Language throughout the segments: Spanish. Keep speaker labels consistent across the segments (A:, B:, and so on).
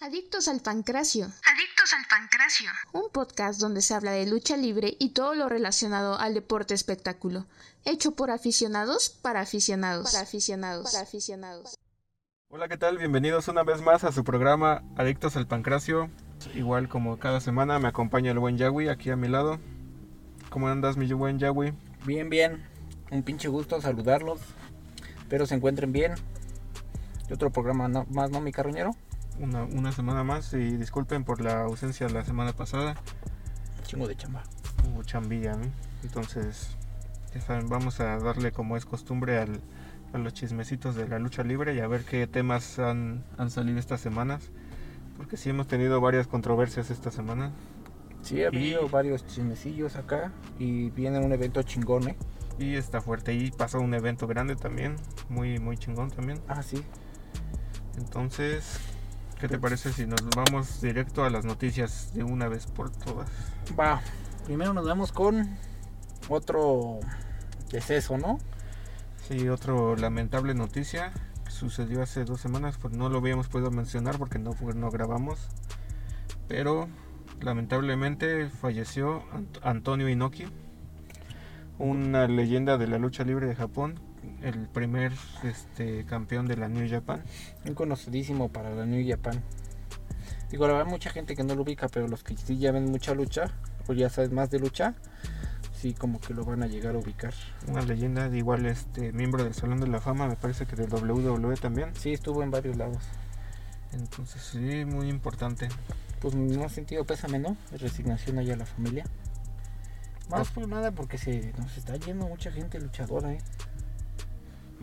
A: Adictos al Pancracio,
B: Adictos al Pancracio.
A: un podcast donde se habla de lucha libre y todo lo relacionado al deporte espectáculo, hecho por aficionados para aficionados, para aficionados, para aficionados.
C: Hola, ¿qué tal? Bienvenidos una vez más a su programa Adictos al Pancracio. Igual como cada semana me acompaña el buen Yawi aquí a mi lado. ¿Cómo andas, mi buen Yawi?
D: Bien, bien. Un pinche gusto saludarlos. Espero se encuentren bien. Y otro programa no- más, ¿no, mi carroñero?
C: Una, una semana más y disculpen por la ausencia la semana pasada.
D: Chingo de chamba.
C: Hubo chambilla, ¿no? Entonces, ya saben, vamos a darle como es costumbre al- a los chismecitos de la lucha libre y a ver qué temas han, han salido estas semanas. Porque sí hemos tenido varias controversias esta semana.
D: Sí, ha habido varios chismecillos acá. Y viene un evento chingón, ¿eh?
C: Y está fuerte. Y pasó un evento grande también. Muy, muy chingón también.
D: Ah, sí.
C: Entonces, ¿qué te parece si nos vamos directo a las noticias de una vez por todas?
D: Va. Primero nos vamos con otro deceso, ¿no?
C: Sí, otro lamentable noticia que sucedió hace dos semanas, pues no lo habíamos podido mencionar porque no, fue- no grabamos, pero lamentablemente falleció Ant- Antonio Inoki, una leyenda de la lucha libre de Japón, el primer este, campeón de la New Japan.
D: Un conocidísimo para la New Japan. Digo, la verdad, mucha gente que no lo ubica, pero los que sí ya ven mucha lucha, o ya saben más de lucha, sí, como que lo van a llegar a ubicar.
C: Una leyenda, de igual este miembro del Salón de la Fama, me parece que del WWE también.
D: Sí, estuvo en varios lados.
C: Entonces sí, muy importante.
D: Pues no sentido pésame, ¿no? Resignación allá a la familia. Ah. Más por nada porque se nos está yendo mucha gente luchadora, ¿eh?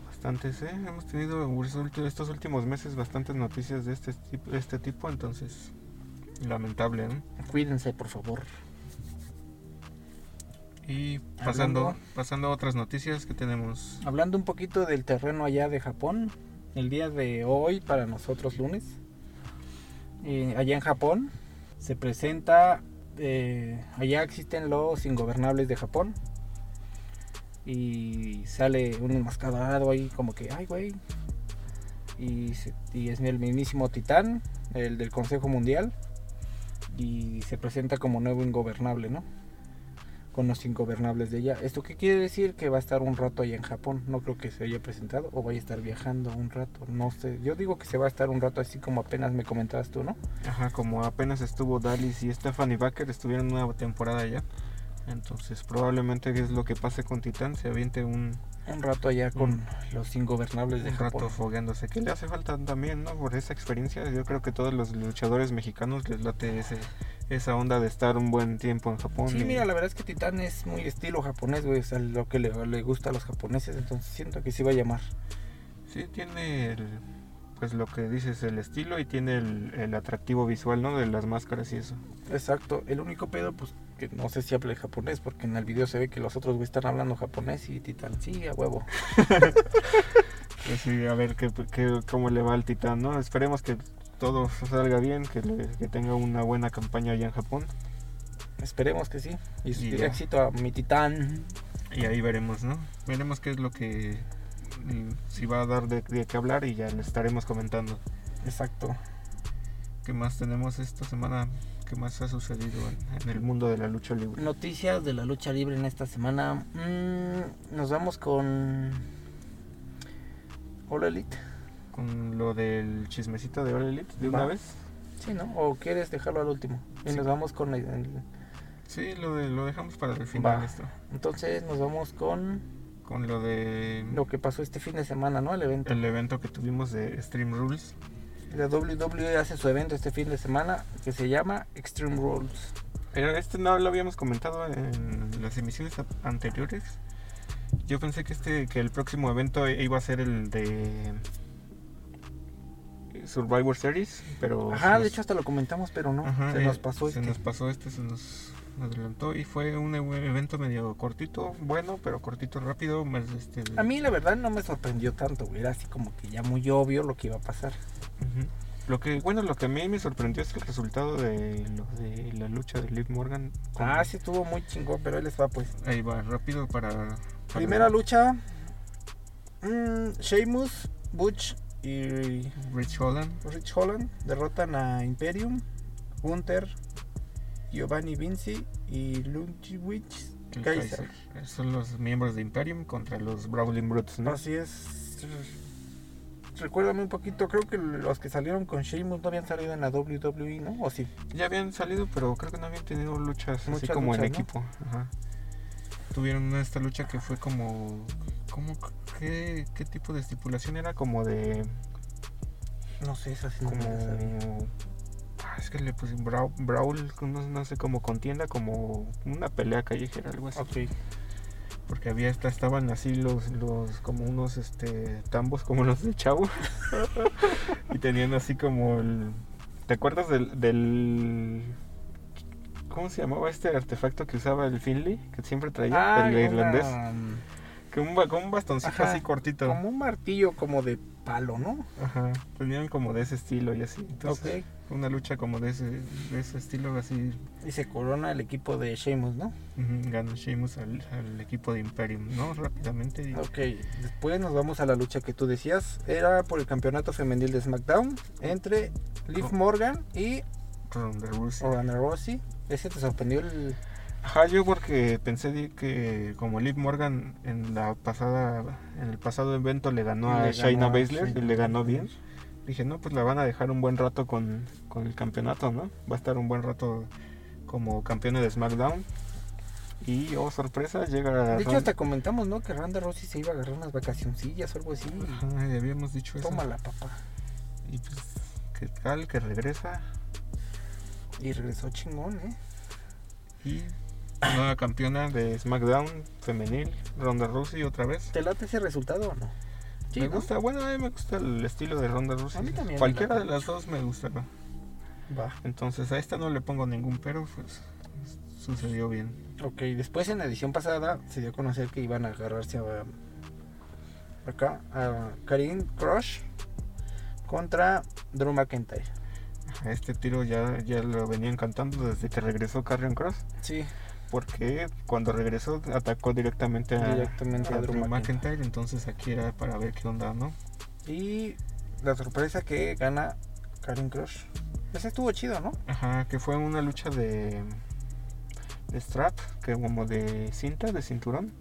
C: Bastantes, ¿eh? Hemos tenido en los ulti- estos últimos meses bastantes noticias de este, tip- de este tipo, entonces lamentable, ¿eh?
D: Cuídense, por favor.
C: Y pasando,
D: Hablando-
C: pasando a otras noticias que tenemos.
D: Hablando un poquito del terreno allá de Japón, el día de hoy para nosotros lunes, eh, allá en Japón se presenta, eh, allá existen los ingobernables de Japón y sale un enmascarado ahí como que, ay güey, y, se- y es el mismísimo titán, el del Consejo Mundial, y se presenta como nuevo ingobernable, ¿no? con los ingobernables de ella. ¿Esto qué quiere decir? Que va a estar un rato allá en Japón. No creo que se haya presentado o vaya a estar viajando un rato. No sé. Yo digo que se va a estar un rato así como apenas me comentabas tú, ¿no?
C: Ajá, como apenas estuvo Dallas y Stephanie Baker, estuvieron una temporada ya. Entonces probablemente es lo que pase con Titán, se aviente un,
D: Un rato allá con
C: Mm.
D: los ingobernables de
C: un rato
D: Japón.
C: fogueándose, que le hace falta también, ¿no? Por esa experiencia, yo creo que todos los luchadores mexicanos les late ese, esa onda de estar un buen tiempo en Japón.
D: Sí,
C: y-
D: mira, la verdad es que Titán es muy estilo japonés, güey. O sea, lo que le, le gusta a los japoneses. Entonces siento que sí va a llamar.
C: Sí, tiene el, pues lo que dices, el estilo y tiene el, el atractivo visual, ¿no? De las máscaras y eso.
D: Exacto. El único pedo, pues, que no sé si habla japonés. Porque en el video se ve que los otros güey están hablando japonés y Titán. Sí, a huevo.
C: Pues sí, a ver qué, qué- cómo le va al titán, ¿no? Esperemos que todo salga bien, que, le- que tenga una buena campaña allá en Japón.
D: Esperemos que sí. Y,
C: Y ya.
D: éxito a mi Titán.
C: Y ahí veremos, ¿no? Veremos qué es lo que... mm, Si va a dar de, de qué hablar y ya le estaremos comentando.
D: Exacto.
C: ¿Qué más tenemos esta semana? ¿Qué más ha sucedido en, en el mundo de la lucha libre?
D: Noticias de la lucha libre en esta semana. Mm, nos vamos con. All Elite.
C: Con lo del chismecito de All Elite, de una
D: Va.
C: vez.
D: Sí, ¿no? ¿O quieres dejarlo al último? Y
C: Sí.
D: nos vamos con. el- el-
C: Sí, lo, de- lo dejamos para el final
D: Va.
C: esto.
D: Entonces nos vamos con
C: con lo de
D: lo que pasó este fin de semana, ¿no? El evento.
C: el evento que tuvimos de Stream Rules.
D: La WWE hace su evento este fin de semana que se llama Extreme Rules.
C: Pero este no lo habíamos comentado en las emisiones a- anteriores. Yo pensé que este que el próximo evento i- iba a ser el de Survivor Series, pero se
D: Ajá, de
C: nos-
D: hecho hasta lo comentamos, pero no.
C: Oh, ajá,
D: se
C: eh,
D: nos pasó
C: se
D: este.
C: nos pasó este, se nos adelantó y fue un e- evento medio cortito, bueno, pero cortito rápido, más este
D: A mí la verdad no me sorprendió tanto, güey. Era así como que ya muy obvio lo que iba a pasar.
C: Ujú. Lo que, bueno, lo que a mí me sorprendió es el resultado de lo de la lucha de Liv Morgan. con-
D: Ah, sí estuvo muy chingón, pero él les va pues.
C: Ahí va, rápido para. para-
D: Primera lucha. mm, Sheamus, Butch y
C: Rich Holland,
D: Rich Holland derrotan a Imperium, Gunther, Giovanni Vinci y Ludwig
C: el
D: Kaiser.
C: Kaiser. Esos Son los miembros de Imperium contra los Brawling Brutes, ¿no?
D: Así es. Recuérdame un poquito, creo que los que salieron con Sheamus no habían salido en la WWE, ¿no? ¿O sí?
C: Ya habían salido, pero creo que no habían tenido luchas así
D: Muchas
C: como en
D: luchas, ¿no?
C: equipo. Ajá. Tuvieron esta lucha que fue como. ¿cómo, qué, ¿Qué tipo de estipulación era? Como de.
D: No sé, esa sí no me la sabía.
C: Como. Ah, Es que le puse brawl, brawl, no, no sé, como contienda, como una pelea callejera, algo así.
D: Ok.
C: Porque había hasta estaban así los, los como unos este tambos como los de Chavo. y tenían así como el. ¿Te acuerdas del, del- ¿Cómo se llamaba este artefacto que usaba el Finley? Que siempre traía,
D: Ah,
C: el
D: una-
C: irlandés. Que un, ba- con un bastoncito
D: Ajá,
C: así cortito.
D: Como un martillo como de palo, ¿no?
C: Ajá. Tenían como de ese estilo y así. Entonces,
D: ok.
C: fue una lucha como de ese, de ese estilo así.
D: Y se corona el equipo de Sheamus, ¿no?
C: Ujú, Ganó Sheamus al, al equipo de Imperium, ¿no? Rápidamente. y-
D: Ok, después nos vamos a la lucha que tú decías. Era por el campeonato femenil de SmackDown entre Liv
C: Con-
D: Morgan y
C: Ronda Rousey.
D: Ronda Rousey. Ese te sorprendió el...
C: Ajá, yo porque pensé di- que como Liv Morgan en la pasada en el pasado evento le ganó a
D: Le ganó
C: Shayna
D: a
C: Baszler y
D: Shayna
C: le ganó
D: Baszler.
C: bien, dije, no, pues la van a dejar un buen rato con, con el campeonato, ¿no? Va a estar un buen rato como campeona de SmackDown. Y, oh, sorpresa, llega...
D: De hecho,
C: Ron-
D: hasta comentamos, ¿no? Que Ronda Rousey se iba a agarrar unas vacacioncillas o algo así.
C: Ajá, ya habíamos dicho eso.
D: Toma la papá.
C: Y pues, ¿qué tal? Que regresa
D: Y regresó chingón, ¿eh?
C: y nueva campeona de SmackDown femenil, Ronda Rousey otra vez.
D: ¿Te late ese resultado o no?
C: me
D: ¿no?
C: gusta, bueno, a mí me gusta el estilo de Ronda Rousey.
D: A mí también me
C: Cualquiera
D: late
C: de las dos me gusta. ¿no?
D: Va.
C: Entonces a esta no le pongo ningún pero, pues sucedió bien.
D: Ok, después en la edición pasada se dio a conocer que iban a agarrarse a, acá a Karin Crush contra Drew McIntyre.
C: A este tiro ya, ya lo venían cantando desde que regresó Carrion Cross,
D: Sí,
C: porque cuando regresó atacó directamente a,
D: directamente
C: a
D: a,
C: Drew
D: Drew McIntyre.
C: McIntyre, entonces aquí era para ver qué onda, ¿no?
D: Y la sorpresa que gana Karin Crush. Ese estuvo chido, ¿no?
C: Ajá, que fue una lucha de, de strap, que como de cinta, de cinturón.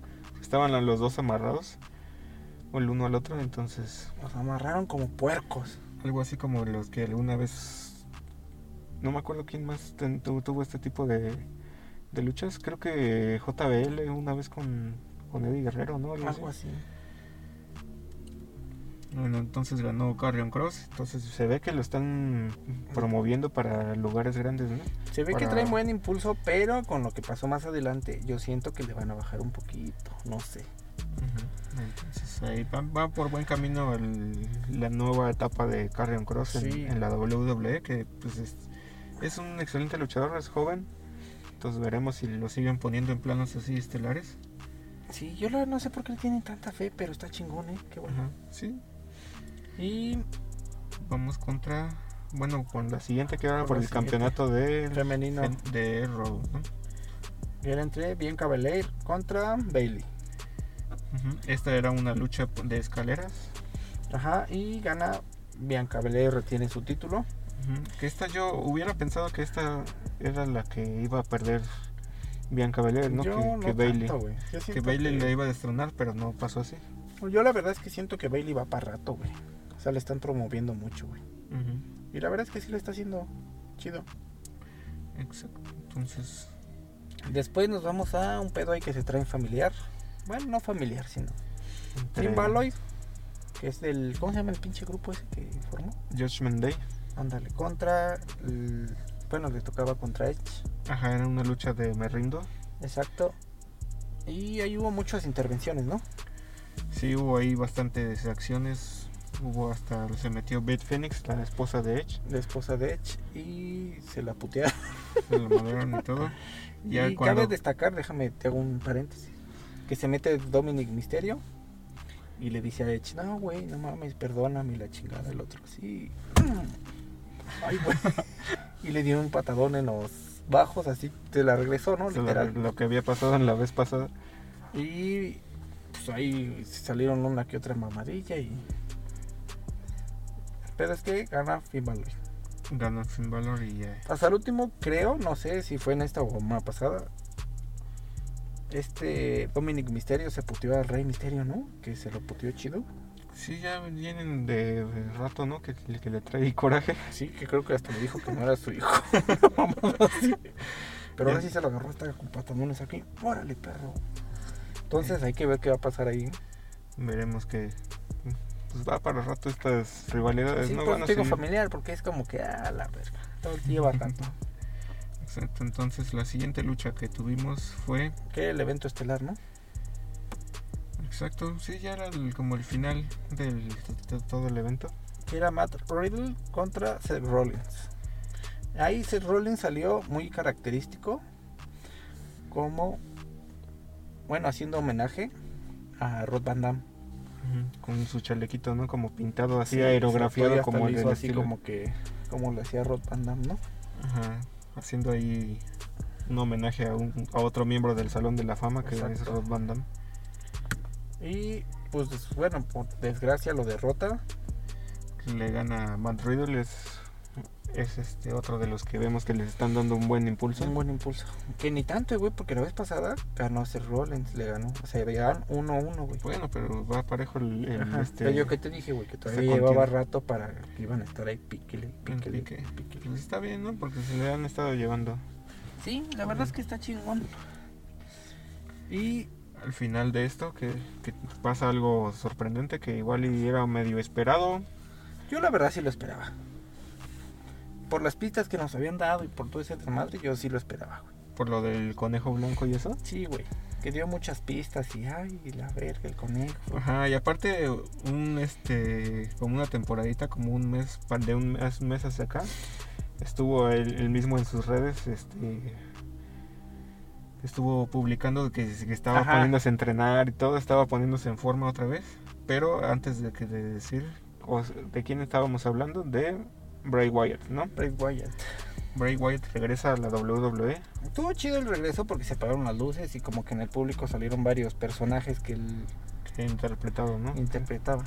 C: Estaban los dos amarrados, el uno al otro, entonces
D: Los amarraron como puercos.
C: Algo así como los que alguna vez. No me acuerdo quién más ten- tu- tuvo este tipo de, de luchas. Creo que JBL una vez con, con Eddie Guerrero, ¿no? Algo
D: Algo
C: así.
D: así.
C: Bueno, entonces ganó Carrion Cross. Entonces se ve que lo están promoviendo para lugares grandes, ¿no?
D: Se ve
C: Para-
D: que traen buen impulso, pero con lo que pasó más adelante, yo siento que le van a bajar un poquito. No sé.
C: Entonces ahí va, va por buen camino el- la nueva etapa de Carrion Cross en,
D: Sí.
C: en la WWE, que pues es, es un excelente luchador, es joven. Entonces veremos si lo siguen poniendo en planos así estelares.
D: Sí, yo la- no sé por qué le tienen tanta fe, pero está chingón, ¿eh? Qué bueno.
C: Ajá, Sí,
D: Y
C: vamos contra, bueno, con la siguiente que ahora
D: Con
C: por
D: la
C: el
D: siguiente.
C: campeonato de,
D: femenino.
C: de Raw, ¿no?
D: Era entre bien Belair contra Bailey.
C: Ujú. Esta era una lucha de escaleras.
D: Ajá, y gana Bianca Belair, retiene su título.
C: Ujú, Que esta yo hubiera pensado que esta era la que iba a perder Bianca Belair, Eh, ¿no?
D: Yo
C: que
D: no
C: que Bailey.
D: tanto, güey.
C: que
D: Yo siento
C: Bailey le iba a destronar, pero no pasó así.
D: Pues Yo la verdad es que siento que Bailey va para rato, güey. O sea, le están promoviendo mucho, güey. Y la verdad es que sí lo está haciendo chido.
C: Exacto. Entonces,
D: Después nos vamos a un pedo ahí que se traen familiar. Bueno, no familiar, sino. Tim Baloy, que es del. ¿Cómo se llama el pinche grupo ese que formó?
C: Judgment Day.
D: Ándale, contra. el- bueno, le tocaba contra Edge.
C: Ajá, era una lucha de me rindo.
D: Exacto. Y ahí hubo muchas intervenciones, ¿no?
C: Sí, hubo ahí bastantes acciones. Hubo hasta. Se metió Beth Phoenix, la esposa de Edge.
D: La esposa de Edge y se la putearon.
C: Se lo mandaron y todo. Ya
D: y
C: cuando.
D: cabe destacar, déjame, te hago un paréntesis, que se mete Dominic Misterio y le dice a Edge, no, güey, no mames, perdóname y la chingada el otro. Sí. Ay, güey. y le dieron un patadón en los bajos, así te la regresó, ¿no?
C: se la-
D: Literal.
C: lo que había pasado en la vez pasada.
D: Y pues ahí salieron una que otra mamadilla y pedo es que gana Finn Balor.
C: Ganó Finn Balor y ya.
D: Hasta el último, creo, no sé si fue en esta o una pasada. Este Dominic Misterio se puteó al Rey Misterio, ¿no? Que se lo puteó chido.
C: Sí, ya vienen de, de rato, ¿no? Que, que le trae coraje.
D: Sí, que creo que hasta le dijo que no era su hijo. Pero ahora sí se lo agarró hasta con patamones aquí. Órale, perro. Entonces hay que ver qué va a pasar ahí.
C: Veremos que pues va para rato estas rivalidades.
D: Sí,
C: ¿no?
D: por
C: Van a
D: eso te digo
C: seguir-
D: familiar, porque es como que, ah, la verga. Todo lleva tanto.
C: Exacto, entonces la siguiente lucha que tuvimos fue.
D: que el evento estelar, ¿no?
C: Exacto, sí, ya era el- como el final del, de todo el evento.
D: Que era Matt Riddle contra Seth Rollins. Ahí Seth Rollins salió muy característico como, bueno, haciendo homenaje a Rod Van Damme.
C: Con su chalequito, ¿no? Como pintado así,
D: Sí,
C: aerografiado,
D: hasta
C: como
D: lo
C: el
D: hizo
C: del
D: así
C: estilo.
D: como que, como lo hacía Rod Van Damme, ¿no?
C: Ajá, haciendo ahí un homenaje a, un- a otro miembro del Salón de la Fama que es
D: Exacto.
C: Rod Van Damme.
D: Y pues des- bueno, por desgracia lo derrota.
C: Le gana a Matt Riddle, es, es este otro de los que vemos que les están dando un buen impulso.
D: Un buen impulso. Que ni tanto, güey, porque la vez pasada ganó Seth Rollins, le ganó. O sea, llegaban 1-1, güey.
C: Bueno, pero va parejo el, el,
D: Ajá,
C: este,
D: pero yo que te dije, güey, que todavía
C: continúa.
D: llevaba rato para que iban a estar ahí piquele,
C: el
D: piquele,
C: pique.
D: piquele.
C: Pues está bien, ¿no? Porque se le han estado llevando.
D: Sí, la verdad es que está chingón. Y
C: Al final de esto, que, que pasa algo sorprendente que igual y era medio esperado.
D: yo la verdad sí lo esperaba. Por las pistas que nos habían dado y por todo ese desmadre, yo sí lo esperaba, güey.
C: Por lo del conejo blanco y eso.
D: Sí, güey. Que dio muchas pistas y, ay, la verga, el conejo.
C: Ajá, y aparte un este como una temporadita, como un mes, par de un mes, un mes hacia acá, estuvo él, él mismo en sus redes, este estuvo publicando que, que estaba
D: Ajá.
C: poniéndose a entrenar y todo, estaba poniéndose en forma otra vez. Pero antes de que de decir o sea, de quién estábamos hablando, de Bray Wyatt, ¿no?
D: Bray Wyatt.
C: Bray Wyatt regresa a la WWE.
D: Estuvo chido el regreso porque se apagaron las luces y como que en el público salieron varios personajes que él
C: que ha E, interpretado, ¿no?
D: interpretaba.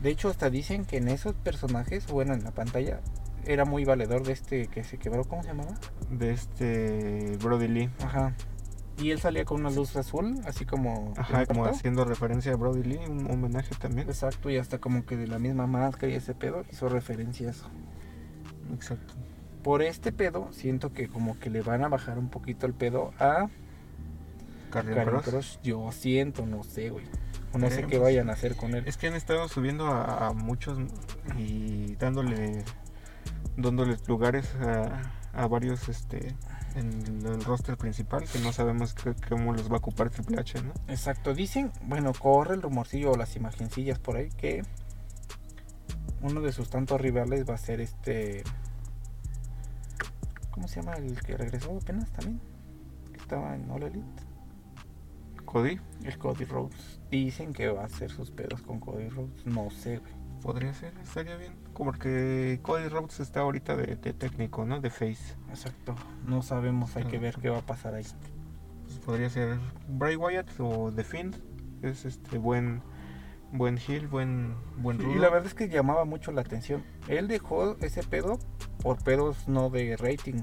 D: De hecho, hasta dicen que en esos personajes, bueno, en la pantalla, era muy valedor de este que se quebró, ¿cómo se llamaba?
C: De este Brody Lee.
D: Ajá. Y él salía con una luz azul, así como...
C: Ajá, como
D: así.
C: haciendo referencia a Brody Lee, un homenaje también.
D: Exacto, y hasta como que de la misma máscara y ese pedo hizo referencia a eso.
C: Exacto.
D: Por este pedo, siento que como que le van a bajar un poquito el pedo a
C: Carrion
D: Karen
C: Cross.
D: Cross. Yo siento, no sé, güey. No sé
C: Veremos.
D: qué vayan a hacer con él.
C: Es que han estado subiendo a, a muchos y dándole dándoles lugares a, a varios este en el roster principal que no sabemos qué- cómo los va a ocupar Triple H, ¿no?
D: Exacto, dicen, bueno, corre el rumorcillo o las imagencillas por ahí que uno de sus tantos rivales va a ser este. ¿Cómo se llama el que regresó apenas también? Que estaba en All Elite.
C: Cody
D: El Cody Rhodes. Dicen que va a hacer sus pedos con Cody Rhodes. No sé, güey.
C: podría ser, estaría bien, como porque Cody Rhodes está ahorita de, de técnico, ¿no? De face.
D: Exacto, no sabemos, hay que ver qué va a pasar ahí.
C: Pues podría ser Bray Wyatt o The Fiend. Es este buen buen heel, buen buen
D: Y
C: rudo.
D: la verdad es que llamaba mucho la atención. Él dejó ese pedo por pedos no de rating.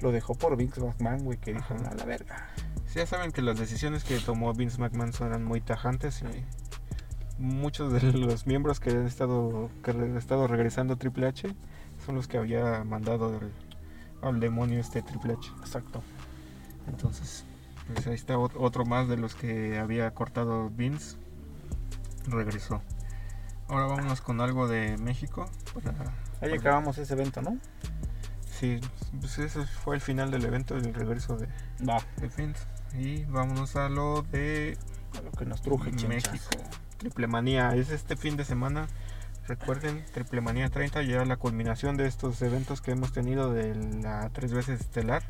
D: Lo dejó por Vince McMahon, güey, que dijo,
C: Ajá.
D: a la verga.
C: Sí, ya saben que las decisiones que tomó Vince McMahon eran muy tajantes y muchos de los miembros que han estado, que re- ha estado regresando a Triple H son los que había mandado al- al demonio este Triple H.
D: Exacto.
C: Entonces, pues ahí está ot- otro más de los que había cortado Vince. Regresó. Ahora vámonos con algo de México. para-
D: Ahí acabamos ese evento, ¿no?
C: sí, pues ese fue el final del evento, el regreso de,
D: Va.
C: de Vince. Y vámonos a lo de
D: A lo que nos truje, chenchas.
C: México. Triplemanía es este fin de semana. Recuerden, Triplemanía 30 ya la culminación de estos eventos que hemos tenido de la tres veces estelar.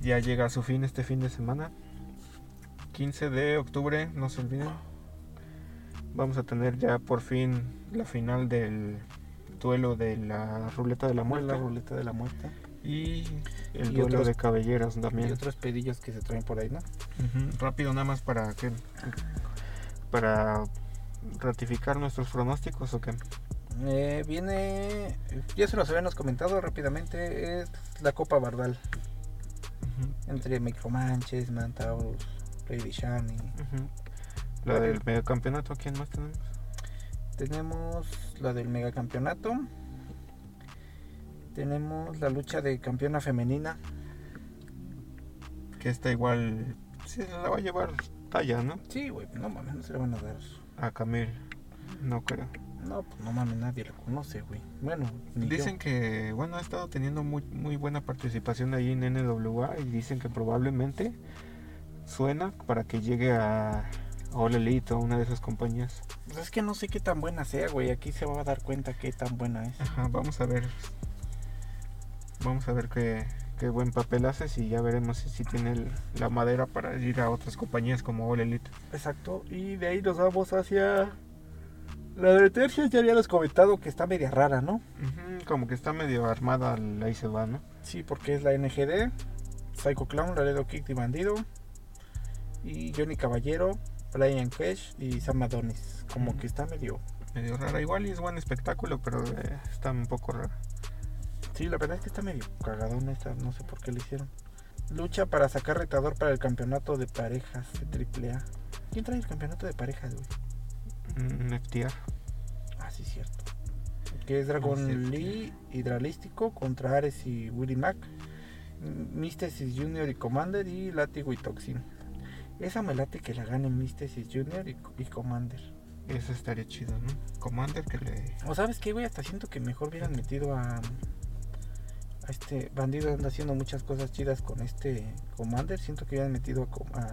C: Ya llega a su fin este fin de semana. 15 de octubre, no se olviden. Vamos a tener ya por fin la final del duelo de la ruleta de la
D: Muerte,
C: muerte
D: la ruleta de la muerte.
C: y el
D: Y
C: duelo
D: otros-
C: de cabelleras también.
D: Y otros pedillos que se traen por ahí, ¿no?
C: Ujú, Rápido nada más para que para ratificar nuestros pronósticos o qué.
D: Eh, viene, ya se los habíamos comentado rápidamente, es la Copa Bardal.
C: Ujú,
D: Entre Micromanches, Mantaurus, Rey Vishani.
C: ujú. La del megacampeonato, ¿quién más tenemos?
D: Tenemos la del megacampeonato. Tenemos la lucha de campeona femenina.
C: Que está igual. Sí, la va a llevar talla, ¿no?
D: Sí, güey, no mames, no se la van a dar.
C: A Camil. No creo.
D: No, pues no mames, nadie la conoce, güey. Bueno, ni yo.
C: Dicen que, bueno, ha estado teniendo muy, muy buena participación ahí en NWA y dicen que probablemente suena para que llegue a a All Elite o una de esas compañías.
D: Pues es que no sé qué tan buena sea, güey. Aquí se va a dar cuenta qué tan buena es.
C: Ajá, vamos a ver. Vamos a ver qué, qué buen papel haces y ya veremos si, si tiene el- la madera para ir a otras compañías como All Elite.
D: Exacto. Y de ahí nos vamos hacia. La de Tercias ya habíamos comentado que está media rara, ¿no?
C: Ujú, como que está medio armada, la- ahí se va, ¿no?
D: Sí, porque es la NGD, Psycho Clown, Laredo Kick y Bandido, y Johnny Caballero, Brian Cage y Sam Adonis. Como
C: Ujú.
D: que está medio.
C: Medio rara, igual y es buen espectáculo, pero eh, está un poco rara.
D: Sí, la verdad es que está medio cagadón esta, no sé por qué le hicieron. Lucha para sacar retador para el campeonato de parejas de AAA. ¿Quién trae el campeonato de parejas, güey?
C: Mm, FTR.
D: Ah, sí, cierto. Que es Dragon
C: No sé,
D: Lee Hidralístico contra Ares y Willy Mac, Místesis Junior y Commander y Látigo y Toxin. Esa me late que la gane Místesis Junior y, y Commander.
C: Eso estaría chido, ¿no? Commander que le...
D: O sabes qué, güey, hasta siento que mejor hubieran metido a, a este bandido anda haciendo muchas cosas chidas con este Commander. Siento que hubieran metido a, Com- a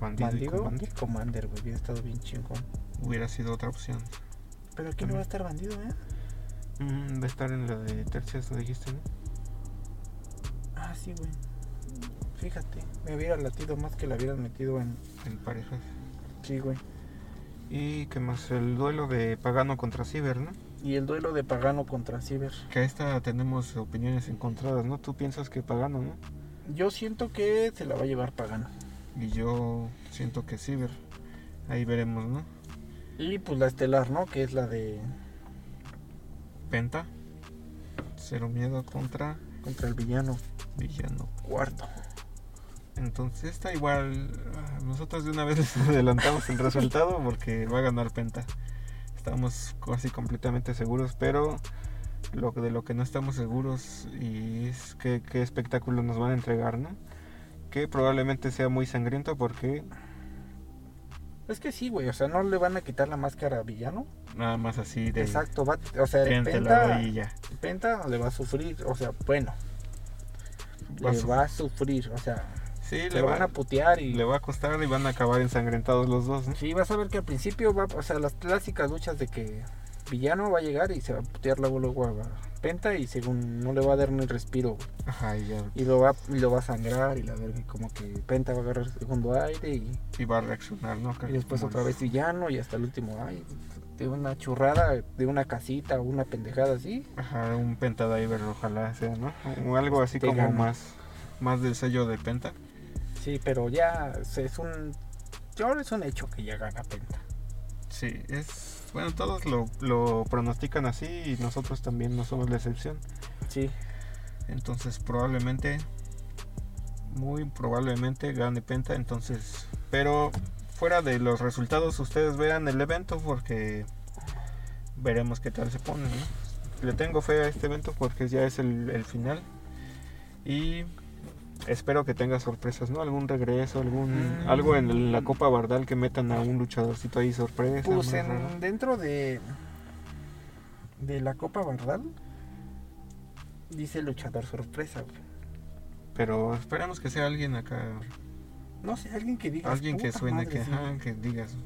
C: Bandido, y
D: bandido y
C: Commander.
D: Commander, güey, hubiera estado bien chingón.
C: Hubiera sido otra opción.
D: Pero aquí no va a estar bandido, ¿eh?
C: Mm, de estar en la de tercias, lo dijiste, ¿no?
D: Ah, sí, güey. Fíjate, me hubiera latido más que la hubieran metido en.
C: En parejas.
D: Sí, güey.
C: Y que más el duelo de Pagano contra Ciber, ¿no?
D: Y el duelo de Pagano contra Ciber.
C: Que a esta tenemos opiniones encontradas, ¿no? Tú piensas que Pagano, ¿no?
D: Yo siento que se la va a llevar Pagano.
C: Y yo siento que Ciber. Ahí veremos, ¿no?
D: Y pues la estelar, ¿no? Que es la de.
C: Penta. Cero miedo contra
D: Contra el villano
C: villano.
D: cuarto.
C: Entonces está igual. ah, Nosotros de una vez les adelantamos el resultado porque va a ganar Penta. Estamos casi completamente seguros, pero lo que- de lo que no estamos seguros y es que- qué espectáculo nos van a entregar, ¿no? Que probablemente sea muy sangriento porque
D: Es que sí, güey. O sea, no le van a quitar la máscara a villano.
C: nada más así de
D: Exacto. Va, o sea, el
C: frente la
D: Penta,
C: orilla.
D: Penta le va a sufrir. O sea, bueno.
C: Va a
D: le
C: su-
D: va a sufrir. O sea,
C: Sí,
D: le
C: le
D: van a
C: va,
D: putear y.
C: le va a costar y van a acabar ensangrentados los dos, ¿no?
D: Sí, vas a ver que al principio va, o sea, las clásicas luchas de que villano va a llegar y se va a putear luego luego a Penta y según no le va a dar ni respiro güey.
C: Ajá, y, ya,
D: y lo va y lo va a sangrar y la verga y como que Penta va a agarrar segundo aire y,
C: y va a reaccionar, ¿no?
D: y después
C: Como
D: otra vez villano y hasta el último ay de una churrada de una casita o una pendejada así
C: Ajá, un pentadiver, ojalá sea, ¿no? O algo así
D: Te
C: como
D: gano.
C: más más del sello de penta.
D: sí pero ya o sea, es un yo es un hecho que ya gana Penta
C: Sí, es... Bueno, todos lo, lo pronostican así y nosotros también no somos la excepción.
D: sí
C: Entonces probablemente, muy probablemente gane penta. Entonces, pero fuera de los resultados, ustedes vean el evento porque veremos qué tal se pone, ¿no? Le tengo fe a este evento porque ya es el, el final. Y espero que tenga sorpresas, ¿no? Algún regreso, algún
D: Mm.
C: algo en la Copa Bardal que metan a un luchadorcito ahí sorpresa.
D: pues
C: más
D: en-
C: raro.
D: dentro de de la Copa Bardal dice luchador sorpresa güey.
C: Pero esperemos que sea alguien acá,
D: no sé alguien que diga
C: alguien que suene, que, ajá, que digas,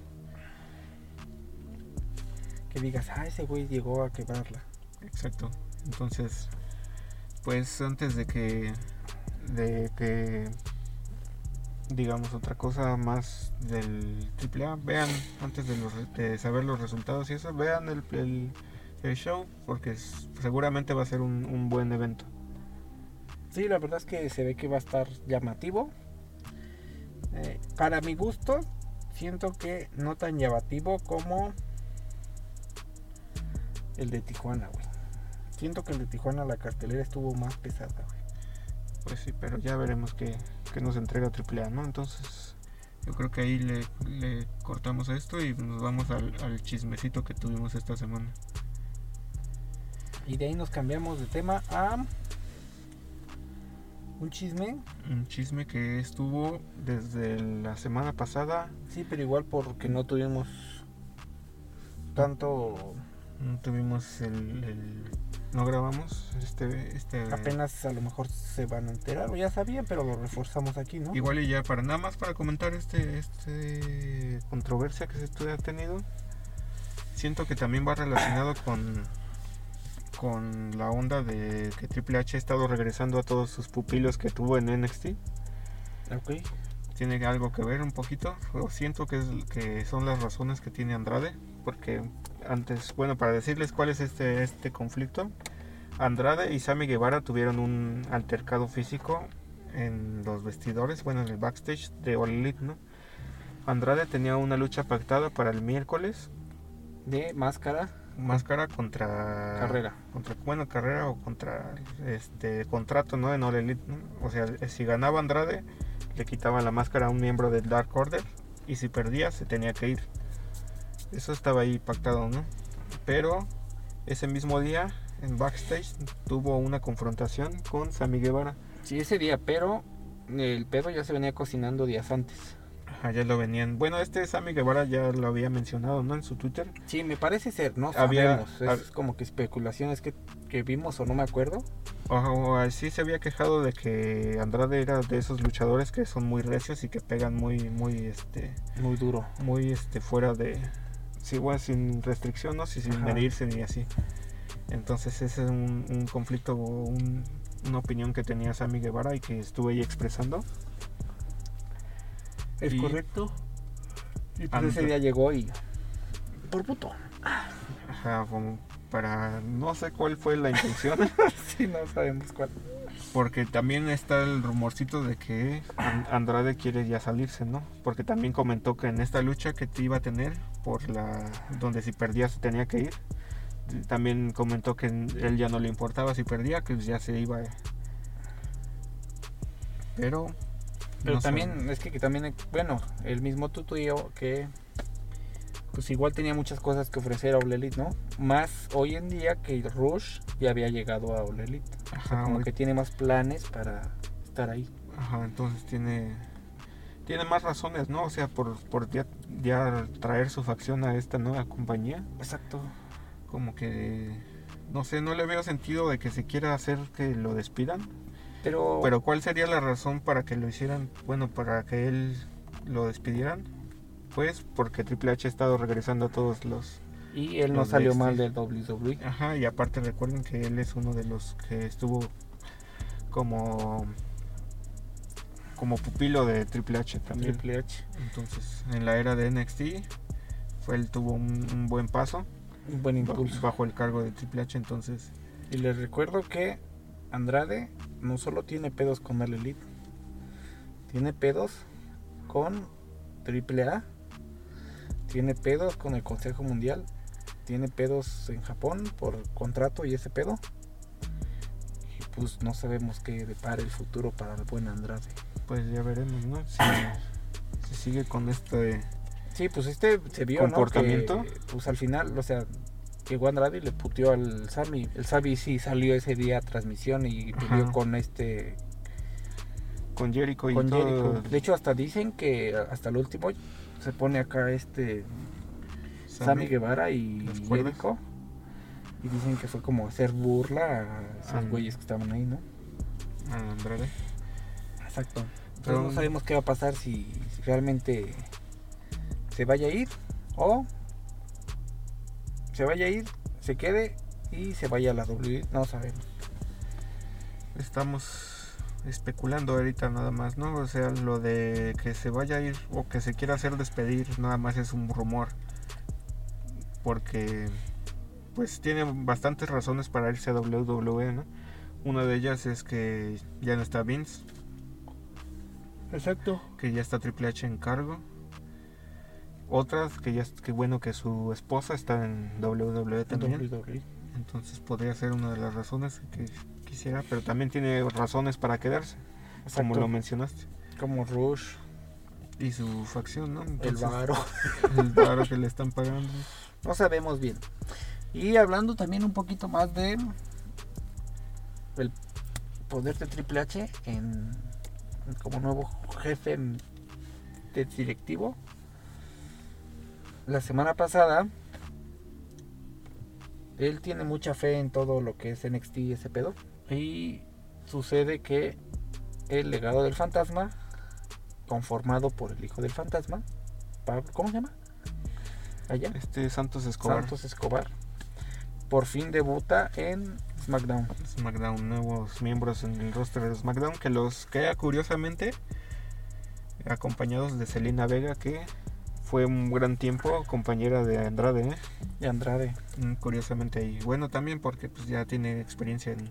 D: que digas ah ese güey llegó a quebrarla
C: Exacto. Entonces, pues antes de que de que digamos otra cosa más del AAA, vean antes de, los- de saber los resultados y eso, vean el, el- el show porque es- seguramente va a ser un, un buen evento.
D: sí la verdad es que se ve que va a estar llamativo Eh, para mi gusto siento que no tan llamativo como El de Tijuana, güey. Siento que el de Tijuana la cartelera estuvo más pesada, güey.
C: Pues sí, pero ya veremos qué, qué nos entrega AAA, ¿no? Entonces, yo creo que ahí le, le cortamos a esto y nos vamos al, al chismecito que tuvimos esta semana.
D: Y de ahí nos cambiamos de tema a un chisme.
C: Un chisme que estuvo desde la semana pasada.
D: Sí, pero igual porque no tuvimos tanto...
C: No tuvimos el... el- no grabamos este... este
D: Apenas a lo mejor se van a enterar, o ya sabían, pero lo reforzamos aquí, ¿no?
C: Igual y ya para nada más para comentar este, este controversia que se ha tenido. Siento que también va relacionado con con la onda de que Triple H ha estado regresando a todos sus pupilos que tuvo en NXT.
D: Ok.
C: Tiene algo que ver un poquito. O siento que, es, que son las razones que tiene Andrade. Porque antes, bueno, para decirles cuál es este, este conflicto, Andrade y Sammy Guevara tuvieron un altercado físico en los vestidores, bueno, en el backstage de All Elite, ¿no? Andrade tenía una lucha pactada para el miércoles,
D: De máscara,
C: máscara contra
D: carrera.
C: contra bueno carrera o contra este contrato no en All Elite ¿no? o sea si ganaba Andrade le quitaba la máscara a un miembro del Dark Order y si perdía se tenía que ir eso estaba ahí pactado no pero ese mismo día en backstage tuvo una confrontación con Sammy Guevara
D: Sí, ese día, pero el pedo ya se venía cocinando días antes.
C: Ajá, ya lo venían bueno este Sammy Guevara ya lo había mencionado no en su Twitter
D: Sí, me parece ser, no
C: Había-
D: sabemos. Es
C: hab-
D: como que especulaciones que, que vimos o no me acuerdo.
C: Ajá, o así se había quejado de que Andrade era de esos luchadores que son muy recios y que pegan muy muy este
D: Muy duro.
C: muy este fuera de sí, bueno, sin restricciones y sin
D: Ajá.
C: medirse ni así. Entonces ese es un, un conflicto o un- una opinión que tenía Sammy Guevara y que estuve ahí expresando.
D: Es
C: Y-
D: correcto. Y pues
C: Ante-
D: ese día llegó y. Por puto.
C: Ajá, como para no sé cuál fue la intención,
D: sí, no sabemos cuál.
C: porque también está el rumorcito de que An- Andrade quiere ya salirse, ¿no? Porque también comentó que en esta lucha que te iba a tener por la donde si perdía se tenía que ir. También comentó que él ya no le importaba si perdía, que ya se iba. eh. Pero
D: Pero
C: no sé.
D: también, es que, que también, bueno, el mismo Tutu y yo que. Pues igual tenía muchas cosas que ofrecer a All Elite, ¿no? Más hoy en día que Rush ya había llegado a All Elite.
C: Ajá,
D: como
C: hoy-
D: que tiene más planes para estar ahí.
C: Ajá, entonces tiene tiene más razones, ¿no? O sea, por, por ya, ya traer su facción a esta nueva compañía,
D: Exacto.
C: como que no sé, no le veo sentido de que se quiera hacer que lo despidan.
D: Pero,
C: Pero ¿cuál sería la razón para que lo hicieran? Bueno, para que él lo despidieran. Pues porque Triple H ha estado regresando a todos los...
D: y él no
C: los de
D: salió
C: este.
D: mal del WWE.
C: Ajá, y aparte recuerden que él es uno de los que estuvo como... Como pupilo de Triple H también.
D: Triple H.
C: Entonces, en la era de NXT, fue, él tuvo un, un buen paso
D: Un buen
C: bajo,
D: impulso.
C: bajo el cargo de Triple H. Entonces,
D: Y les recuerdo que Andrade no solo tiene pedos con el Elite, tiene pedos con AAA, tiene pedos con el Consejo Mundial, tiene pedos en Japón por contrato y ese pedo. Y pues no sabemos qué depara el futuro para el buen Andrade.
C: pues ya veremos, ¿no? Si, si sigue con este...
D: Sí, pues este se vio,
C: ¿Comportamiento?
D: ¿no? Que, pues al final, o sea, llegó Andrade y le puteó al Sami. El Sami sí salió ese día a transmisión y
C: Ajá.
D: peleó con este
C: Con Jericho y
D: con
C: todo-
D: Jericho. De hecho, hasta dicen que hasta el último se pone acá este Sammy Guevara y
C: Las cuerdas.
D: Jericho. Y dicen que fue como hacer burla a esos
C: Ah.
D: güeyes que estaban ahí, ¿no?
C: a Andrade.
D: Exacto.
C: Pero-
D: Pero no sabemos qué va a pasar si, si realmente se vaya a ir o se vaya a ir, se quede y se vaya a la W. No sabemos.
C: Estamos especulando ahorita nada más, ¿no? O sea, lo de que se vaya a ir o que se quiera hacer despedir nada más es un rumor. Porque pues tiene bastantes razones para irse a WWE, ¿no? Una de ellas es que ya no está Vince,
D: Exacto.
C: que ya está Triple H en cargo. otras que ya que bueno que su esposa está en WWE también.
D: WWE.
C: Entonces podría ser una de las razones que quisiera, pero también tiene razones para quedarse, como
D: Exacto.
C: lo mencionaste.
D: Como Rush,
C: Y su facción, ¿no?
D: el
C: Entonces,
D: Varo.
C: El varo que le están pagando.
D: No sabemos bien. Y hablando también un poquito más de el poder de Triple H en como nuevo jefe en- de directivo. La semana pasada él tiene mucha fe en todo lo que es NXT y ese pedo. Y sucede que el legado del fantasma, conformado por el hijo del fantasma, Pablo, ¿cómo se llama? Allá.
C: Este Santos Escobar.
D: Santos Escobar. Por fin debuta en SmackDown.
C: SmackDown, nuevos miembros en el roster de SmackDown que los queda curiosamente acompañados de Selena Vega que fue un gran tiempo compañera de Andrade, ¿eh?
D: Y Andrade.
C: Mm, curiosamente ahí. Bueno, también porque pues ya tiene experiencia en,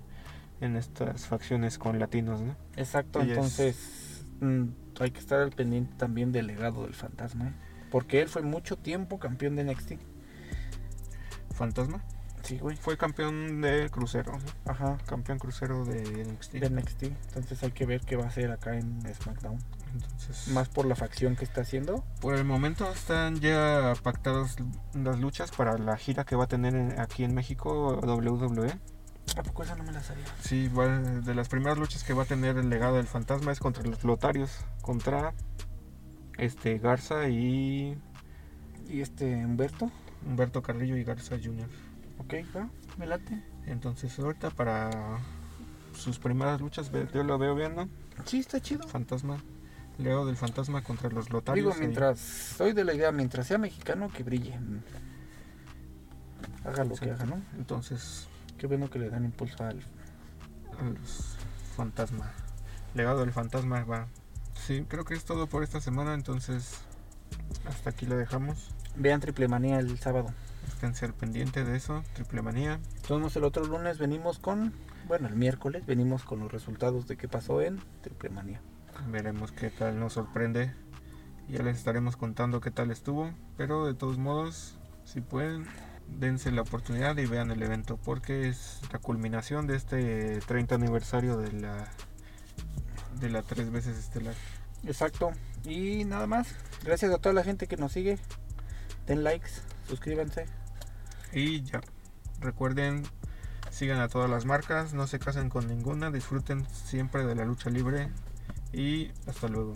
C: en estas facciones con latinos, ¿no?
D: Exacto,
C: Ella es-
D: entonces mm, hay que estar al pendiente también del legado del fantasma. ¿eh? Porque él fue mucho tiempo campeón de NXT.
C: Fantasma.
D: Sí, güey.
C: Fue campeón de crucero, ¿no?
D: Ajá.
C: campeón crucero de NXT.
D: De NXT. Entonces hay que ver qué va a hacer acá en SmackDown.
C: Entonces,
D: Más por la facción que está haciendo.
C: por el momento están ya pactadas las luchas para la gira que va a tener en- aquí en México WWE.
D: ¿A poco esa no me la sabía?
C: Sí, va- de las primeras luchas que va a tener el legado del fantasma es contra los Lotarios, contra este Garza y
D: ¿Y este Humberto?
C: Humberto Carrillo y Garza Jr.
D: Ok, va, me late.
C: Entonces ahorita para sus primeras luchas ve- yo lo veo bien, ¿no?
D: Sí, está chido.
C: Fantasma, Leo del fantasma contra los Lotarios.
D: Digo,
C: y-
D: mientras, soy de la idea, mientras sea mexicano, que brille. Haga lo que haga, ¿no?
C: Entonces,
D: Qué bueno que le dan impulso al...
C: a los fantasma. Legado del fantasma va. Sí, creo que es todo por esta semana, entonces hasta aquí lo dejamos.
D: Vean Triple Manía el sábado.
C: Esténse al pendiente de eso, triple manía.
D: Entonces el otro lunes venimos con... Bueno, el miércoles venimos con los resultados de qué pasó en Triple Manía.
C: Veremos qué tal nos sorprende. Ya les estaremos contando qué tal estuvo. Pero de todos modos, si pueden, dense la oportunidad y vean el evento. Porque es la culminación de este 30 aniversario de la de la tres veces estelar.
D: Exacto. Y nada más. Gracias a toda la gente que nos sigue. Den likes, suscríbanse.
C: Y ya. Recuerden, sigan a todas las marcas, no se casen con ninguna, disfruten siempre de la lucha libre. Y hasta luego.